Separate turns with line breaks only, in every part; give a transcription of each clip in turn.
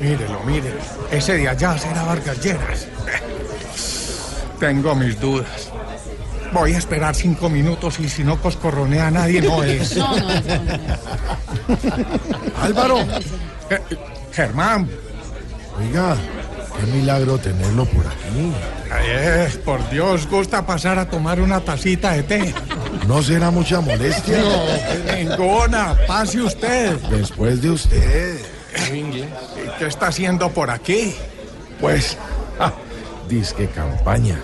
Mírelo, mire. Ese de allá será Vargas Lleras. Tengo mis dudas. Voy a esperar cinco minutos y si no coscorronea a nadie, no es.
No, no, es, no, no.
Álvaro. Eh, Germán.
Oiga, qué milagro tenerlo por aquí.
Eh, por Dios, gusta pasar a tomar una tacita de té.
¿No será mucha molestia?
Ninguna, pase usted.
Después de usted,
¿Y ¿Qué está haciendo por aquí?
pues, ah, disque campaña.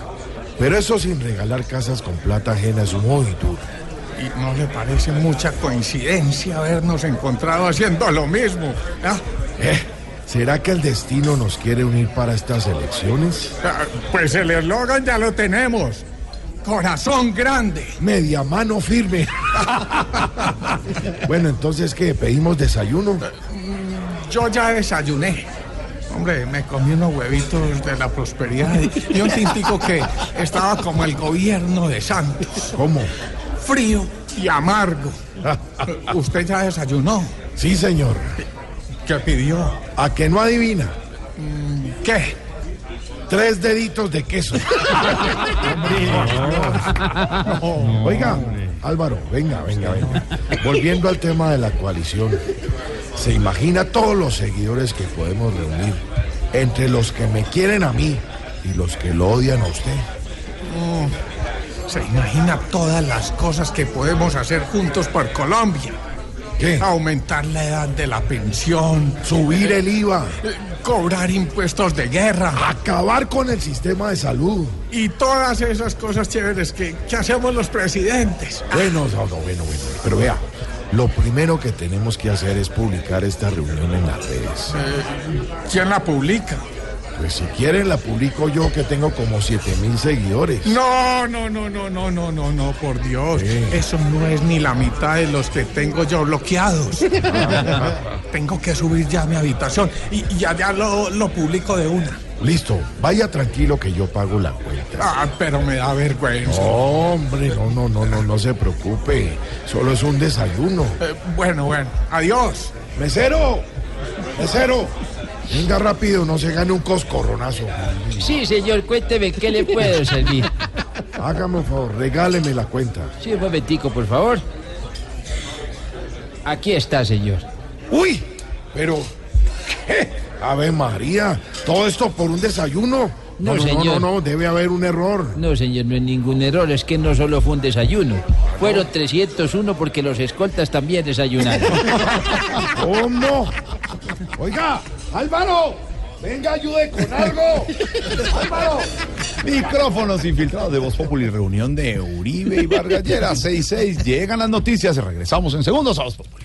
Pero eso sin regalar casas con plata ajena es muy duro.
¿Y no le parece mucha coincidencia habernos encontrado haciendo lo mismo? ¿Ah?
Eh, ¿Será que el destino nos quiere unir para estas elecciones?
Ah, Pues el eslogan ya lo tenemos. Corazón grande.
Media mano firme. bueno, entonces, ¿qué? ¿Pedimos desayuno?
Yo ya desayuné. Hombre, me comí unos huevitos de la prosperidad y un tintico que estaba como el gobierno de Santos.
¿Cómo?
Frío y amargo. ¿Usted ya desayunó?
Sí, señor.
¿Qué pidió?
A que no adivina.
¿Qué?
Tres deditos de queso. Oiga, Álvaro, venga, venga, venga. Volviendo al tema de la coalición. Se imagina todos los seguidores que podemos reunir entre los que me quieren a mí y los que lo odian a usted.
Se imagina todas las cosas que podemos hacer juntos por Colombia.
¿Qué?
Aumentar la edad de la pensión,
Subir el IVA,
eh, cobrar impuestos de guerra
acabar con el sistema de salud.
y todas esas cosas chéveres que, que hacemos los presidentes.
Bueno, no, no, bueno, bueno. Pero vea, lo primero que tenemos que hacer es publicar esta reunión en las redes.
¿Quién la publica?
Pues si quieren la publico yo que tengo como 7 mil seguidores.
No, no, no, no, no, no, no, no, por Dios. Eso no es ni la mitad de los que tengo yo bloqueados. tengo que subir ya a mi habitación y, y allá lo, lo publico de una.
Listo, vaya tranquilo que yo pago la cuenta.
Ah, pero me da vergüenza.
Hombre, no, no, no, no, no se preocupe. Solo es un desayuno.
Eh, bueno, bueno, adiós.
¡Mesero! ¡Mesero! Venga rápido, no se gane un coscorronazo.
Sí, señor, cuénteme qué le puedo servir.
Hágame un favor, regáleme la cuenta.
Sí, un momentico, por favor. Aquí está, señor.
¡Uy! Pero, ¿qué? Ave María, todo esto por un desayuno.
No,
no, no,
señor.
no, debe haber un error.
No, señor, no es ningún error. Es que no solo fue un desayuno. Fueron 301 porque los escoltas también desayunaron.
¿Cómo? Oiga, Álvaro, venga, ayude con algo. Álvaro.
Micrófonos infiltrados de Voz Populi, reunión de Uribe y Vargas Lleras, 6-6. Llegan las noticias y regresamos en segundos a Voz Populi.